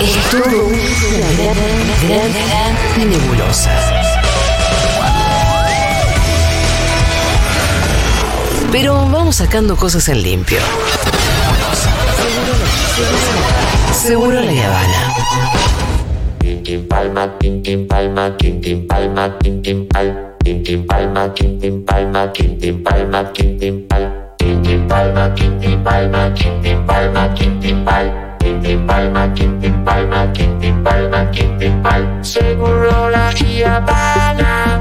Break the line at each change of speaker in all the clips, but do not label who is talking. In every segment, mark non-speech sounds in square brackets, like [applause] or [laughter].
Es todo una gran, gran, gran nebulosa. Pero vamos sacando cosas en limpio. Seguro la Habana.
Tintin palma, tintin palma, tintin palma, tintin pal, tintin palma, tintin palma, tintin palma, tintin pal, tintin palma, tintin palma, tintin palma, tintin pal, tintin palma, tintin palma, tintin palma, tintin pal, seguro la Habana.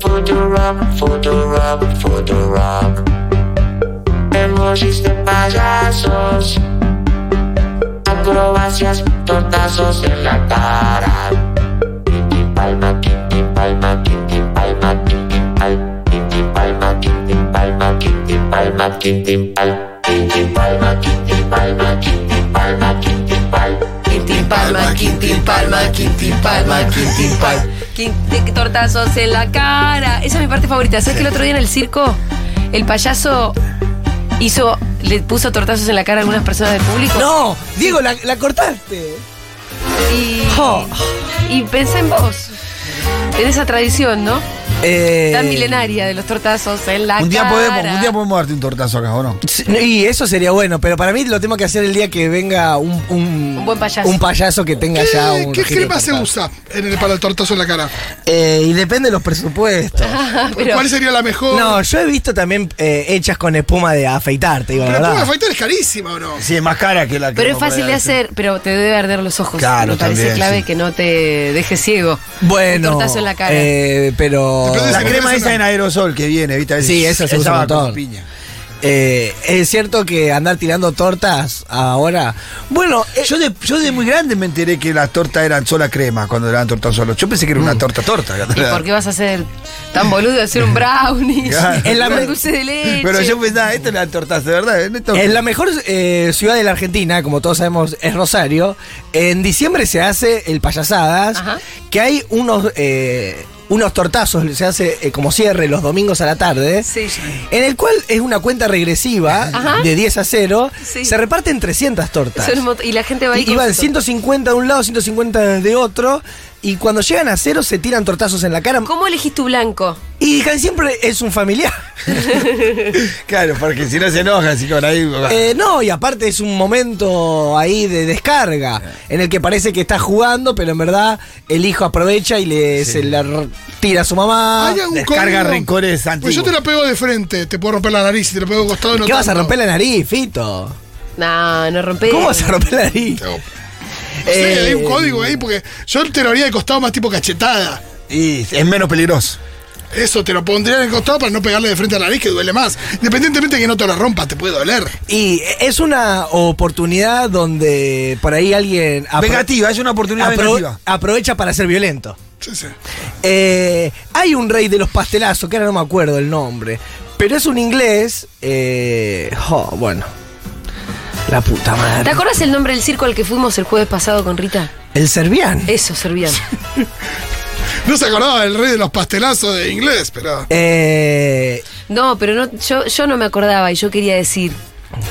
Futurock, Futurock, Futurock, emojis de payasos acrobacias, tortazos en la cara. Tintin palma, tintin palma, tintin palma, tintin pal, tintin palma, tintin palma, tintin palma, tintin pal, tintin palma, tintin palma, tintin palma, tintin pal,
Quintín Palma, Quintín Palma, Quintín Palma, Quintín Palma.
Quin- Tortazos en la cara. Esa es mi parte favorita. ¿Sabes que el otro día en el circo el payaso hizo, le puso tortazos en la cara a algunas personas del público?
No, Diego, la, la cortaste. Oh.
Y,
Jo.
y pensé en vos. En esa tradición, ¿no?
Eh,
Tan milenaria de los tortazos en la cara.
Un día, podemos, un día podemos darte un tortazo acá, ¿o no?
Sí, Y eso sería bueno, pero para mí lo tengo que hacer el día que venga un, un,
Un buen payaso.
un payaso que tenga ya
Eh, ¿Qué,
un.
qué
giro
crema se
cortado.
usa en el, para el tortazo en la cara?
Eh, y depende de los presupuestos.
Pero-
¿Cuál sería la mejor?
No, yo he visto también eh, hechas con espuma de afeitar, te digo
pero
la
el
verdad.
puma afeitar es carísima, ¿o no?
Sí, es más cara que la que.
Pero es
nos
fácil de
puede dar.
hacer, pero te debe arder los ojos.
Claro,
Me parece
también,
clave
sí.
que no te dejes ciego.
Bueno,
Un tortazo en la cara.
eh, pero
Depende de
La
Sí,
crema
sí,
esa
sí.
en aerosol que viene, ¿viste? A veces
Sí, esa se usa un
va con
montón.
piña.
eh, es cierto que andar tirando tortas ahora. Bueno, eh,
Yo de, yo de muy grande me enteré que las tortas eran sola crema cuando le daban tortazo solo. Yo pensé que
Mm.
era una torta torta.
¿Y por qué vas a ser tan boludo de hacer un
[laughs]
brownie?
Claro.
[laughs] En
En la-
dulce de leche.
[laughs] Pero yo pensaba, esto era tortazo, de verdad. En esto-
En la mejor eh, ciudad de la Argentina, como todos sabemos, es Rosario. En diciembre se hace el payasadas,
Ajá.
que hay unos eh, unos tortazos, se hace eh, como cierre los domingos a la tarde.
Sí.
En el cual es una cuenta regresiva
Ajá.
de 10 a 0.
Sí.
Se reparten 300 tortas.
Son un montón- y la gente va a ir
Y-
con
Iban
sus
150 de un lado, 150 de otro. Y cuando llegan a cero se tiran tortazos en la cara.
tortas. ¿Cómo elegís tu blanco?
Y casi siempre es un familiar.
Claro, porque si no se enoja, así con ahí.
Eh, no, y aparte es un momento ahí de descarga, en el que parece que está jugando, pero en verdad el hijo aprovecha y le se la r- tira a su mamá.
Ah, ¿Hay algún
descarga
código?
rencores
Pues yo
antiguos.
te la pego de frente, te puedo romper la nariz, si te la pego de costado no
¿Qué vas a
tanto.
romper la nariz, Fito?
No, no rompés.
¿Cómo vas a romper la nariz?
No. No sé,
Eh,
hay un código ahí, porque yo te lo haría de costado más tipo cachetada.
Y es menos peligroso.
Eso te lo pondría en el costado para no pegarle de frente a la nariz que duele más. Independientemente de que no te lo rompas, te puede doler.
Y es una oportunidad donde por ahí alguien... apro-
Vengativa, es una oportunidad
apro-
vengativa.
aprovecha para ser violento.
Sí, sí.
Eh, hay un rey de los pastelazos, que ahora no me acuerdo el nombre, pero es un inglés... eh, jo, bueno. La puta madre.
¿Te acuerdas el nombre del circo al que fuimos el jueves pasado con Rita?
El Servián. [laughs]
Eso, servían.
No se acordaba del rey de los pastelazos de inglés, pero.
Eh,
No, pero no, yo, yo no me acordaba y yo quería decir.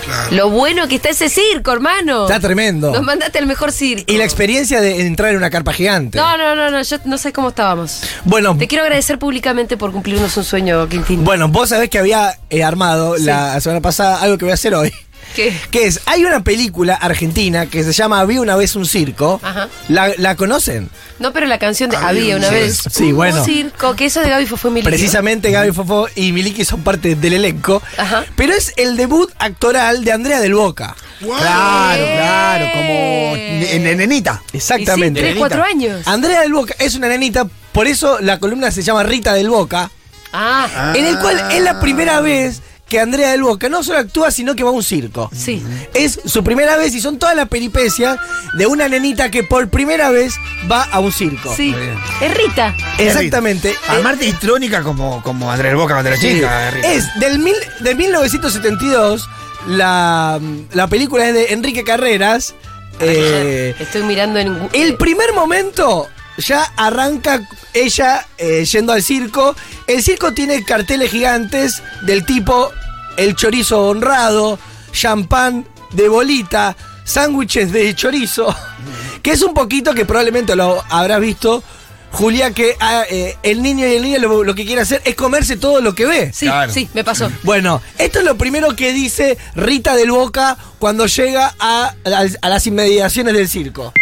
Claro.
Lo bueno que está ese circo, hermano.
está tremendo.
Nos mandaste al mejor circo.
Y la experiencia de entrar en una carpa gigante.
No, no, no, no, yo no sé cómo estábamos.
Bueno,
Te quiero agradecer públicamente por cumplirnos un sueño, Quintín.
bueno, vos sabés que había eh, armado
Sí.
la semana pasada algo que voy a hacer hoy.
¿Qué?
Que es, hay una película argentina que se llama Había una vez un circo.
Ajá.
¿La, la conocen?
No, pero la canción de
Había
Había
un
una vez.
circo.
Sí, bueno.
Un circo, que eso de Gaby fue mi
Precisamente Gaby Fofo y Miliki son parte del elenco.
Ajá.
Pero es el debut actoral de Andrea del Boca.
Wow.
Claro, claro, como ne- ne- nenita.
Exactamente.
Y sí, tres, cuatro años.
Andrea del Boca es una nenita, por eso la columna se llama Rita del Boca.
Ah,
En el cual es la primera vez que Andrea del Boca no solo actúa, sino que va a un circo.
sí.
Es su primera vez y son todas las peripecias de una nenita que por primera vez va a un circo.
Sí. Es Rita.
Eh, Exactamente. Eh,
Además, es trónica como, como Andrés Boca cuando era
Sí.
chica. eh, Rita.
Es del mil, de 1972, la, la película es de Enrique Carreras. eh,
Estoy mirando en.
el primer momento ya arranca ella eh, yendo al circo. El circo tiene carteles gigantes del tipo El chorizo honrado, champán de bolita, sándwiches de chorizo, [laughs] que es un poquito que probablemente lo habrás visto. Julia, que ah, eh, el niño y el niño lo, lo que quiere hacer es comerse todo lo que ve.
Sí,
Claro.
sí, me pasó.
Bueno, esto es lo primero que dice Rita del Boca cuando llega a, a- a las inmediaciones del circo.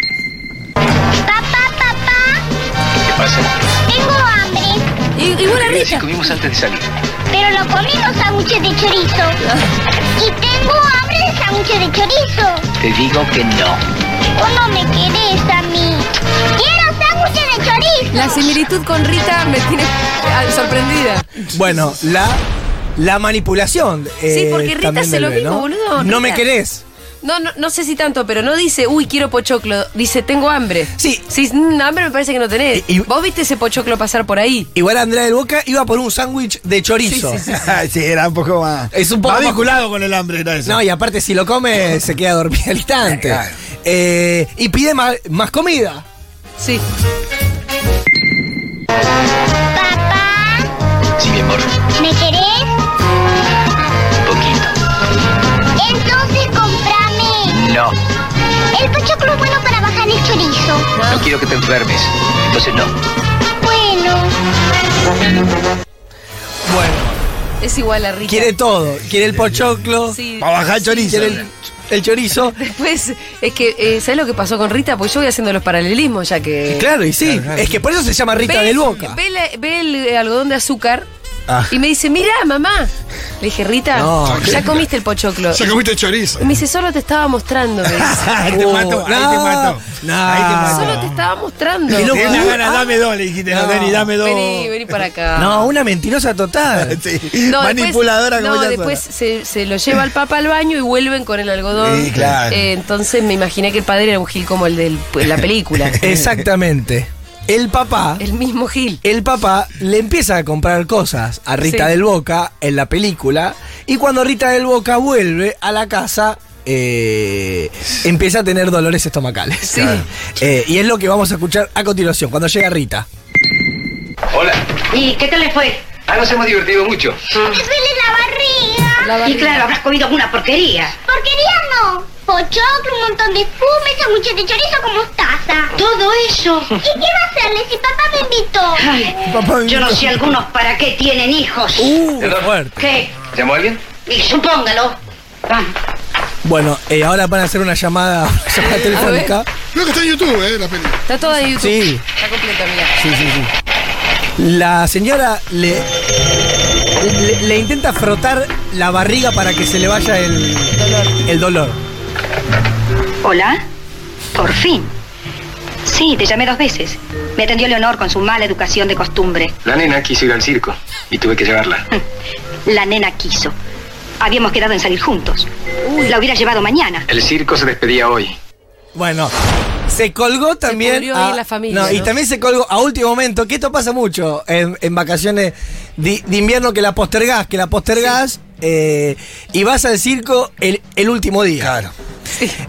Papá, papá. Tengo hambre,
Y, y buena Rita.
comimos antes de salir.
pero no comimos sándwiches de chorizo.
Ah.
Y tengo hambre de sándwiches de chorizo.
Te digo que no.
¿O no me querés a mí? ¡Quiero sándwiches de chorizo!
La similitud con Rita me tiene ah, sorprendida.
Bueno, la, la manipulación. eh,
porque Rita
también
se
del
lo
bebé,
dijo,
¿no?
boludo,
No me
Rita.
querés.
No, no, no sé si tanto, pero no dice, uy, quiero pochoclo. Dice, tengo hambre.
Sí.
Sí, mm, hambre me parece que no tenés.
Y- y-
Vos viste ese pochoclo pasar por ahí.
Igual Andrea del Boca iba por un sándwich de chorizo.
[laughs] sí, era un poco más.
Es un poco
Más
más-
vinculado con el hambre, era eso.
[laughs] No, y aparte si lo come se queda dormido al instante.
Claro.
Eh, y pide ma- más, comida.
Sí.
Papá,
Sí, mi amor,
¿me querés?
un poquito.
Entonces comprame.
No,
El pochoclo es bueno para bajar el chorizo.
no quiero que te enfermes. Entonces no.
Bueno.
Bueno,
Es igual a Rita.
quiere todo. Quiere el pochoclo,
Sí.
Para bajar el chorizo.
quiere el, el chorizo.
Después, es que, eh, ¿sabes lo que pasó con Rita? Pues yo voy haciendo los paralelismos, ya que.
Claro, y sí. Es que por eso se llama Rita
Ve-
del Boca.
Ve, la- ve el eh, algodón de azúcar
Ah.
y me dice, mirá, mamá. Le dije, Rita,
No,
ya comiste el pochoclo.
Ya comiste chorizo.
Y me dice, solo te estaba mostrando. me dice.
Ah,
[laughs]
ahí te
Oh,
mato, ahí
no,
te mato.
no.
Ahí te
Solo te
mato.
estaba mostrando.
Y lo-
Tenés la
Uh,
gana,
ah.
dame dos, le dijiste, no,
No.
Dani, dame dos.
Vení, vení para acá.
No, una mentirosa total.
[laughs] Sí,
No, después-
Manipuladora como
No,
ella
después
sola.
se, se lo lleva al papá al baño y vuelven con el algodón.
Sí, claro.
Eh, entonces me imaginé que el padre era un gil como el de
[laughs]
la película.
Exactamente. El papá,
[laughs] el mismo gil.
el papá le empieza a comprar cosas a Rita
Sí.
del Boca en la película. Y cuando Rita del Boca vuelve a la casa, eh, empieza a tener dolores estomacales.
Sí.
Eh, y es lo que vamos a escuchar a continuación, cuando llega Rita.
Hola.
¿Y qué tal le fue?
Ah, nos hemos divertido mucho.
¿Te duele la barriga?
La
Y
barriga.
claro, habrás comido alguna porquería.
Porquería no. Pochoclo, un montón de fume, sándwiches de chorizo con mostaza.
Todo eso.
¿Y qué va a hacerle si papá me invitó?
Ay, yo no sé algunos para qué tienen hijos.
Uh,
Perdón.
fuerte.
¿Qué?
¿Llamó alguien?
Y supóngalo. Ah,
Bueno, eh, ahora van a hacer una llamada, [laughs] una llamada telefónica.
Creo que está en YouTube, eh, la peli.
Está toda en YouTube.
Sí.
Está completa, mira.
La señora le, le, le intenta frotar la barriga para que se le vaya el El dolor.
Hola. Por fin. Sí, te llamé dos veces. Me atendió Leonor con su mala educación de costumbre.
La nena quiso ir al circo y tuve que llevarla.
La nena quiso. Habíamos quedado en salir juntos. La hubiera llevado mañana.
El circo se despedía hoy.
Bueno, se colgó también.
pudrió ahí la familia,
no, y
¿no?
también se colgó a último momento, que esto pasa mucho en, en vacaciones de, de invierno, que la postergás, que la postergás, eh, y vas al circo el, el último día.
Claro.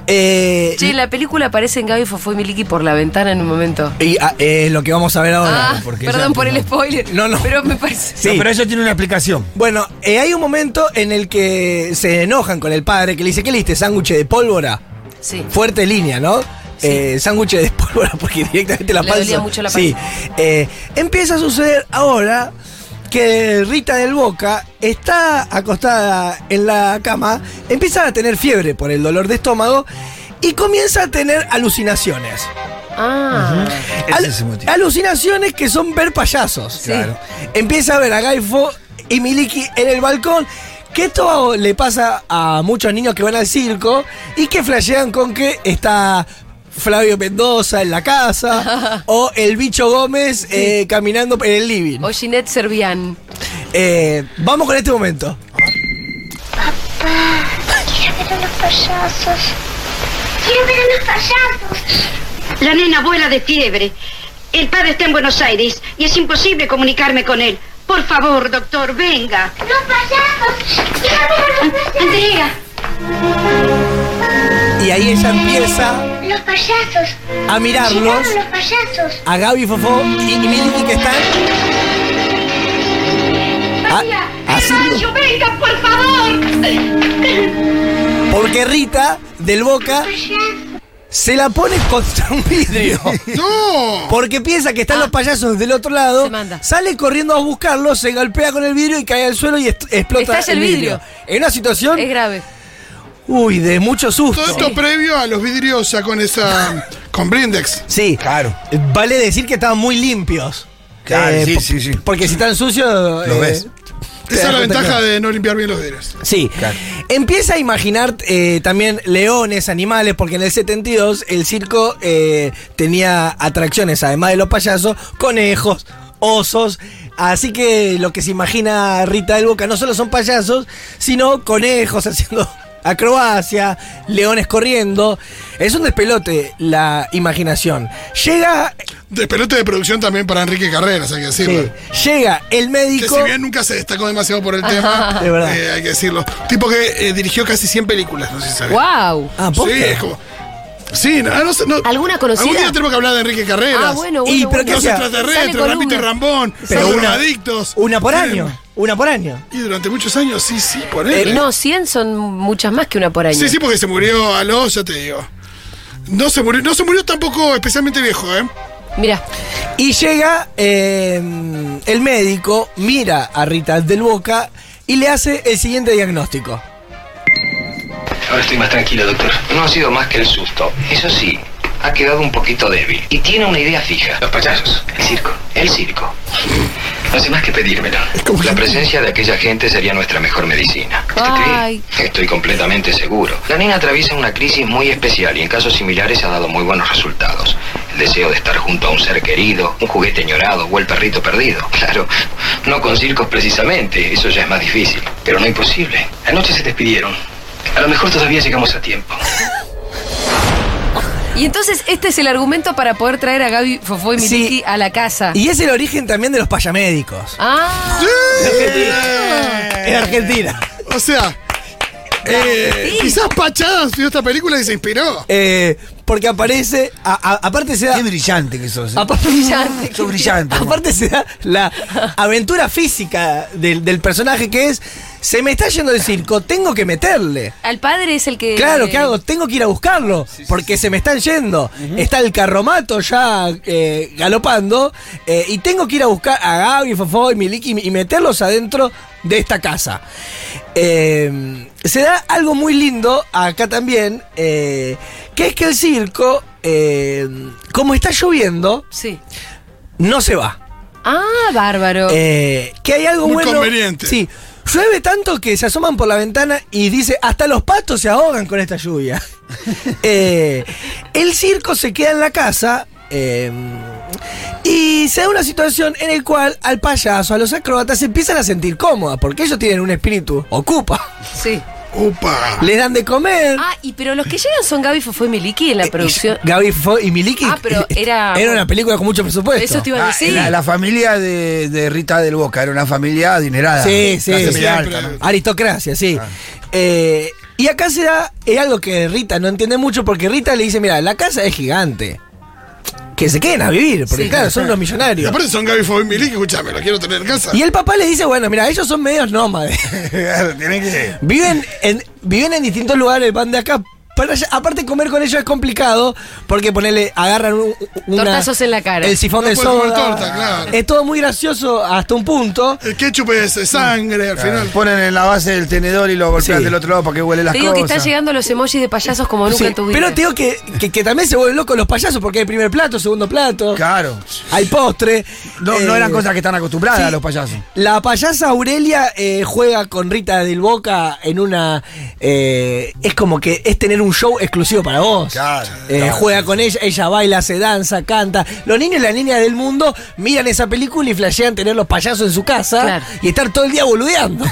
Eh,
Che, en la película aparecen Gaby Fofó y Miliki por la ventana en un momento.
y ah, es lo que vamos a ver ahora.
ah,
porque
perdón
ya-
por el spoiler.
No, no.
Pero me parece.
Sí.
No, pero eso tiene una explicación.
Bueno, eh, hay un momento en el que se enojan con el padre, que le dice, ¿qué le diste? ¿Sándwich de pólvora?
Sí.
fuerte línea, ¿no? Eh, sándwich de pólvora porque directamente la
Le
panza.
dolía mucho la
Sí. Eh, empieza a suceder ahora que Rita del Boca está acostada en la cama, empieza a tener fiebre por el dolor de estómago y comienza a tener alucinaciones.
Ah.
Ese
Al-
es el motivo.
Alucinaciones que son ver payasos.
Claro.
Empieza a ver a Gaifo y Miliki en el balcón. Que esto le pasa a muchos niños que van al circo y que flashean con que está Flavio Mendoza en la
[laughs]
casa o el bicho Gómez eh, caminando en el living.
O Ginette Servian.
Eh, vamos con este momento.
Ah, Quiero ver a los payasos. Quiero ver a los payasos.
La nena vuela de fiebre. El padre está en Buenos Aires y es imposible comunicarme con él. Por favor, doctor, venga.
Los payasos. Quiero ver a los payasos.
Andrea.
Y ahí ella empieza
Los payasos.
a mirarlos
Llegaron los payasos.
a Gaby Fofó y, y Miliki que están. a-
María, Ah,
haciendo-
[laughs] Ignacio, venga, por favor.
Porque Rita del Boca se la pone contra un vidrio.
[laughs]
¡No!
Porque piensa que están los payasos del otro lado,
Ah. Se manda.
sale corriendo a buscarlo, se golpea con el vidrio y cae al suelo y est- explota
Estalla el vidrio.
En una situación,
Es grave.
uy, de mucho susto.
Todo esto previo a los vidrios ya con esa. con Blindex.
Sí.
Claro.
Vale decir que estaban muy limpios. Eh,
Claro, sí,
po-
sí, sí.
Porque si están sucios. eh,
Los ves.
te das
Esa es la
cuenta que
ventaja
no.
de no limpiar bien los vidrios.
Sí.
Claro.
Empieza a imaginar eh, también leones, animales, porque en el 72 el circo eh, tenía atracciones, además de los payasos, conejos, osos. Así que lo que se imagina Rita del Boca no solo son payasos, sino conejos haciendo [laughs] acrobacia, leones corriendo. Es un despelote la imaginación. Llega,
Despelote de producción también para Enrique Carreras, hay que decirlo.
sí, llega el
Que
médico.
si bien nunca se destacó demasiado por el tema,
Es verdad.
eh, hay que decirlo. Tipo que eh, dirigió casi 100 películas, no sé si sabes.
¡Wow!
Ah, ¿posta?
Sí, es como. Sí, no, no sé, no-
¿Alguna conocida?
Algún día tenemos que hablar de Enrique Carreras.
Ah, bueno, bueno.
Y, pero
bueno.
que
Los
sea-
extraterrestres,
Sale
Ramito y
columna.
Rambón,
Pero
los
una-
drogadictos.
Una por
Tienen-
año, una por año.
Y durante muchos años, sí, sí, por él.
Eh, no, 100 son muchas más que una por año.
Sí, sí, porque se murió a los, ya te digo. No se murió, no se murió tampoco especialmente viejo, ¿eh?
Mira,
Y llega eh, el médico, mira a Rita del Boca y le hace el siguiente diagnóstico.
Ahora estoy más tranquilo, doctor.
No ha sido más que el susto. Eso sí, ha quedado un poquito débil. Y tiene una idea fija.
Los payasos.
El circo. El circo. No hace más que pedírmelo. La presencia de aquella gente sería nuestra mejor medicina. ¿Usted
Ay.
cree? Estoy completamente seguro. La nena atraviesa una crisis muy especial y en casos similares ha dado muy buenos resultados. El deseo de estar junto a un ser querido, un juguete ñorado o el perrito perdido. Claro, no con circos precisamente. Eso ya es más difícil.
Pero no imposible. Anoche se despidieron. A lo mejor todavía llegamos a tiempo.
y entonces este es el argumento para poder traer a Gaby Fofó y
Sí.
Miliki a la casa.
Y es el origen también de los payamédicos
Ah,
¡Eh!
en Argentina.
O sea, eh, quizás Pachadas vio esta película y se inspiró.
Eh, porque aparece, a- a- aparte se da...
Qué brillante que sos. eh.
Aparte,
brillante.
Sos brillante.
aparte se da la aventura física del, del personaje que es, se me está yendo el circo, tengo que meterle.
al padre es el que.
Claro, ¿qué hago? Tengo que ir a buscarlo, porque se me están yendo. Está el carromato ya eh, galopando, eh, y tengo que ir a buscar a Gaby, Fofo y Miliki y meterlos adentro de esta casa. Eh, se da algo muy lindo acá también, eh, que es que el circo, eh, como está lloviendo,
Sí.
no se va.
Ah, bárbaro.
Eh, que hay algo
Muy
bueno.
conveniente.
Sí. Llueve tanto que se asoman por la ventana y dice, hasta los patos se ahogan con esta
[laughs]
lluvia. Eh, el circo se queda en la casa eh, y se da una situación en la cual al payaso, a los acróbatas, se empiezan a sentir cómodos porque ellos tienen un espíritu, ocupa,
[laughs]
sí.
Upa.
les dan de comer.
Ah, y pero los que llegan son Gaby Fofó y Miliki en la
Eh, Y-
producción.
Gaby Fo- y Miliki.
Ah,
[laughs]
pero era-
Era una película con mucho presupuesto.
Eso te iba a
Ah,
decir.
la, la familia de, de Rita del Boca era una familia adinerada.
Sí, sí,
Clase
sí.
media
[laughs]
Siempre.
alta, ¿no?
Aristocracia, sí.
Ah.
Eh, y acá se da es algo que Rita no entiende mucho porque Rita le dice, mira, la casa es gigante. Que se queden a vivir, porque
Sí.
claro, son unos
Y
millonarios.
aparte son Gaby Fobin Milik, escúchame, lo quiero tener en casa.
Y el papá le dice, bueno, mira, ellos son medios
[laughs]
nómades.
Tienen que-
viven, en, viven en distintos lugares, van de acá. para allá. aparte comer con ellos es complicado porque ponerle agarran un, una-
Tortazos en la cara.
el sifón
No
de
pueden comer
soda
torta, claro.
es todo muy gracioso hasta un punto
El ketchup es eh, sangre, al final.
Ponen en la base del tenedor y lo golpean
Sí.
del otro lado para que huele las
Te digo que
cosas.
están llegando los emojis de payasos como nunca
Sí,
en tu vida.
pero te digo que, que, que también se vuelven locos los payasos porque hay primer plato segundo plato
Claro.
Hay postre.
No, no
Eh,
eran cosas que están acostumbradas
sí.
los payasos.
La payasa Aurelia eh, juega con Rita del Boca en una. eh, es como que es tener un show exclusivo para vos.
Claro,
Eh,
claro.
Juega con ella, ella baila, se danza, canta. Los niños y las niñas del mundo miran esa película y flashean tener los payasos en su casa
Claro.
y estar todo el día
[laughs]
boludeando.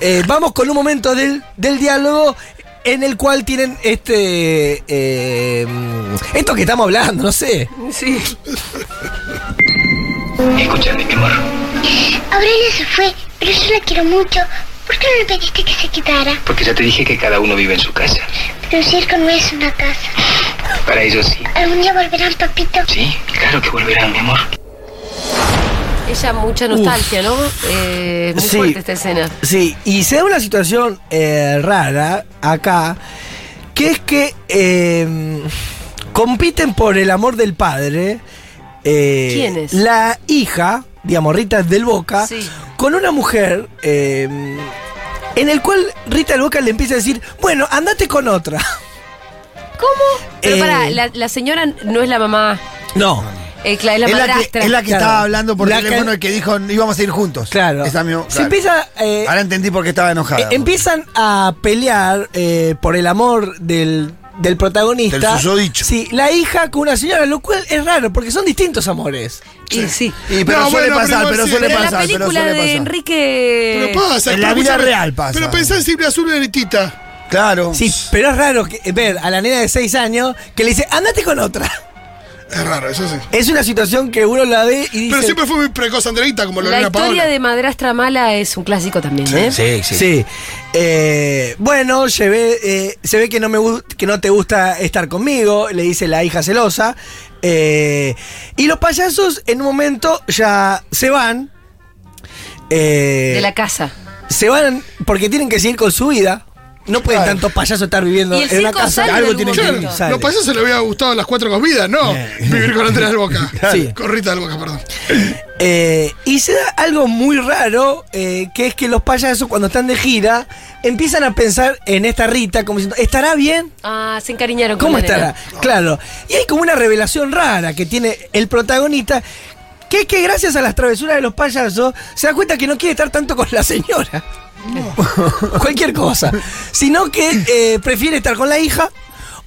Eh, vamos con un momento del, del diálogo. En el cual tienen este. eh, esto que estamos hablando, no sé.
Sí.
Escúchame, mi amor.
Aurelia se fue, pero yo la quiero mucho. ¿Por qué no le pediste que se quedara?
Porque ya te dije que cada uno vive en su casa.
Pero un circo no es una casa.
Para ellos sí.
Algún día volverán, papito.
Sí, claro que volverán, mi amor.
ella mucha nostalgia, ¿no? Eh, muy
Sí.
fuerte esta escena.
Sí, y se da una situación eh, rara acá, que es que eh, compiten por el amor del padre. eh,
¿Quién es?
La hija, digamos, Rita del Boca,
Sí.
con una mujer eh, en el cual Rita del Boca le empieza a decir, bueno, andate con otra.
¿Cómo? Pero
Eh,
pará, la, la señora no es la mamá,
No,
eh, cla- es la
es, la que,
madrastra.
es la que
Claro.
estaba hablando por
La
teléfono
que-
y que dijo íbamos a ir
[laughs]
juntos.
claro.
Esa misma-
Se
claro.
empieza... eh,
Ahora entendí por qué estaba enojada.
Eh, empiezan a pelear eh, por el amor del, del protagonista.
Del susodicho.
Sí, la hija con una señora, lo cual es raro, porque son distintos amores.
Y sí.
Y, pero
No,
suele
bueno,
pasar,
pero
pero
sí,
suele
Pero
pasar.
la
pero
película
suele
de
pasar.
Enrique.
Pero pasa.
Eh, en la
pero
vida
escuchame,
real pasa.
Pero pensá en Silvia Azul y Tita.
Claro.
Sí, pero es raro que- ver a la nena de 6 años que le dice, andate con otra.
Es raro, eso sí.
Es una situación que uno la ve y dice...
Pero siempre fue muy precoz Andreita, como
La
Lorena
historia
Paola.
de madrastra mala es un clásico también, ¿eh?
Sí, sí.
Sí. Eh, bueno, se ve, eh, se ve que, no me, gu- que no te gusta estar conmigo, le dice la hija celosa. Eh, y los payasos en un momento ya se van. eh,
De la casa.
se van porque tienen que seguir con su vida. No pueden
Claro.
tantos payasos estar viviendo
Y el
en una
circo
casa.
sale en algún
que
momento.
vivir.
Claro,
Sale.
lo pasó se le había gustado las cuatro comidas, no. [laughs] Vivir con Andrea del Boca.
[laughs] Sí.
Con Rita del Boca, perdón.
Eh, y se da algo muy raro, eh, que es que los payasos cuando están de gira empiezan a pensar en esta Rita como diciendo, ¿estará bien?
Ah, se encariñaron con
¿Cómo
la nena.
estará? Claro. Y hay como una revelación rara que tiene el protagonista, que es que gracias a las travesuras de los payasos se da cuenta que no quiere estar tanto con la señora. [laughs] Cualquier cosa. Sino que eh, prefiere estar con la hija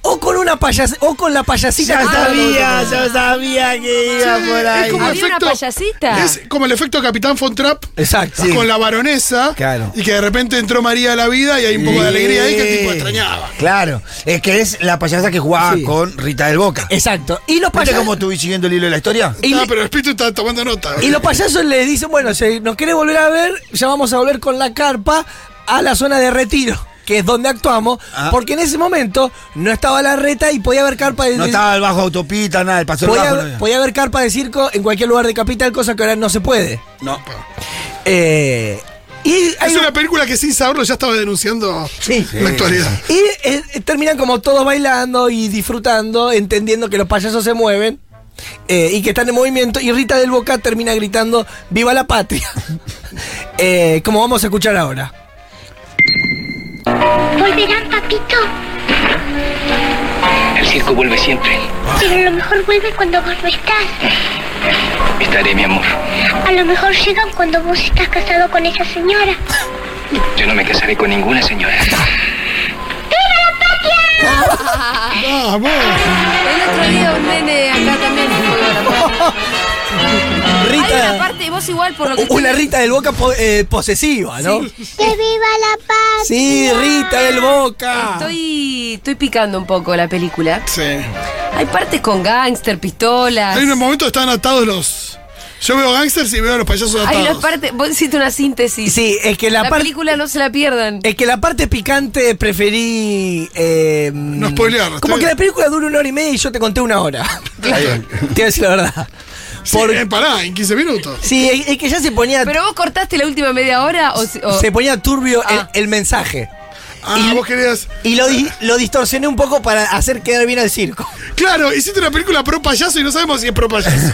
o con una payas o con la payasita.
Ya
Ah,
que está
sabía, ya sabía que iba
Sí,
por ahí. Ah,
es como
Había una payasita.
Es como el efecto Capitán Fontrap
Exacto.
con la baronesa.
Claro.
Y que de repente entró María a la vida y hay un poco de alegría ahí que el tipo
Sí.
extrañaba.
Claro, es que es la payasa que jugaba
Sí.
con Rita del Boca.
Exacto. Y los
¿Viste
payasos.
cómo estuve siguiendo el hilo de la historia?
Y-
Ah, pero el espíritu está tomando nota.
Y los payasos le dicen, bueno, si nos querés volver a ver, ya vamos a volver con la carpa a la zona de retiro, que es donde actuamos,
Ah.
porque en ese momento no estaba la reta y podía haber carpa de,
No
de-
estaba el bajo autopista, nada, el paso del
podía,
bajo.
haber-
no había.
podía haber carpa de circo en cualquier lugar de capital, cosa que ahora no se puede.
No.
Eh, y hay
Es
un-
una película que sin saberlo ya estaba denunciando
Sí.
la actualidad.
Y eh, terminan como todos bailando y disfrutando, entendiendo que los payasos se mueven eh, y que están en movimiento. Y Rita del Boca termina gritando: ¡Viva la patria! [laughs] Eh, como vamos a escuchar ahora.
Volverán, papito.
El circo vuelve siempre.
Pero a lo mejor vuelven cuando vos no estás.
Estaré, mi amor.
A lo mejor llegan cuando vos estás casado con esa señora.
Yo no me casaré con ninguna señora.
Vamos.
El otro día un nene acá también dijo, "Viva la patria". Hay una
Rita,
parte, vos igual por lo que
una
estoy-
Rita del Boca po- eh, posesiva, ¿no?
¡Que viva la paz!
Sí, Rita del Boca.
Estoy, estoy picando un poco la película.
Sí.
Hay partes con gángster, pistolas.
Hay unos momentos que están atados los. Yo veo gangsters y veo a los payasos
Hay
atados.
unas partes. Vos hiciste una síntesis.
Sí, es que la,
la
parte.
película no se la pierdan.
Es que la parte picante preferí. eh,
No spoilear, está
Como que
bien.
la película dura una hora y media y yo te conté una hora. [laughs] te voy a decir la verdad.
Sí,
Por-
eh, pará, en 15 minutos.
sí, es, es que ya se ponía.
Pero vos cortaste la última media hora o. o-
se ponía turbio el-
Ah.
el, mensaje.
Ah, vos querías.
Y lo, di- lo distorsioné un poco para hacer quedar bien al circo.
Claro, hiciste una película pro payaso y no sabemos si es pro payaso.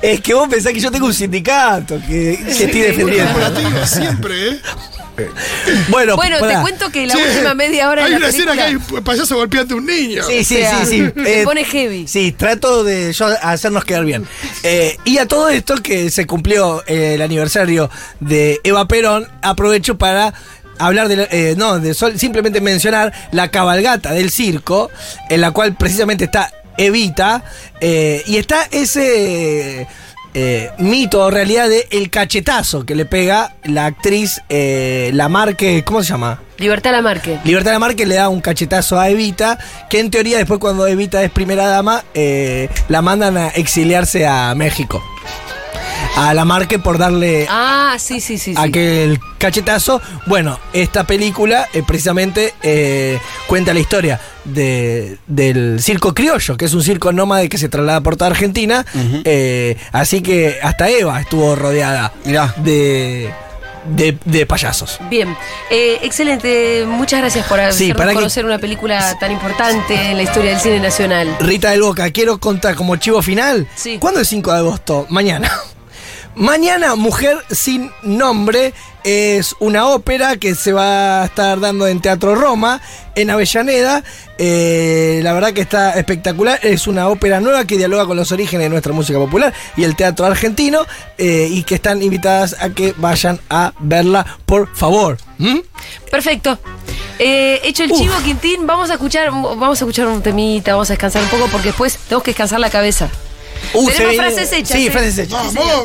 Es que vos pensás que yo tengo un sindicato que, que estoy defendiendo.
Corporativo, siempre, ¿eh?
Bueno,
bueno,
pará.
te cuento que la
Che,
última media hora.
Hay
de
una
la
escena que
película-
hay un payaso golpeando a un niño.
Sí, sí,
O sea,
sí, sí.
[laughs]
Eh,
se pone heavy.
Sí, trato de yo hacernos quedar bien. Eh, y a todo esto que se cumplió eh, el aniversario de Eva Perón, aprovecho para hablar de, la- eh, no, de sol- simplemente mencionar la cabalgata del circo, en la cual precisamente está Evita, eh, y está ese... eh, mito o realidad de el cachetazo que le pega la actriz eh, Lamarque, ¿cómo se llama?
Libertad Lamarque.
Libertad Lamarque le da un cachetazo a Evita, que en teoría después cuando Evita es primera dama, eh, la mandan a exiliarse a México. a la marca por darle
Ah, sí, sí, sí. sí.
aquel cachetazo. Bueno, esta película eh, precisamente eh, cuenta la historia de- del circo criollo, que es un circo nómade que se traslada por toda Argentina. Eh, así que hasta Eva estuvo rodeada
Mirá.
de, de, de payasos.
Bien, Eh, excelente. Muchas gracias por hacernos
Sí, para que-
conocer una película tan importante en la historia del cine nacional.
Rita del Boca, quiero contar como chivo final.
Sí.
¿Cuándo es 5 de agosto? Mañana. [laughs] Mañana, Mujer sin Nombre es una ópera que se va a estar dando en Teatro Roma, en Avellaneda. Eh, la verdad que está espectacular. Es una ópera nueva que dialoga con los orígenes de nuestra música popular y el teatro argentino. eh, y que están invitadas a que vayan a verla, por favor. ¿Mm?
Perfecto. Eh, hecho el
Uf.
chivo, Quintín, vamos a escuchar, vamos a escuchar un temita, vamos a descansar un poco porque después tenemos que descansar la cabeza.
Uh,
Tenemos
se viene-
frases hechas,
Sí,
eh.
frases hechas.
¡Vamos!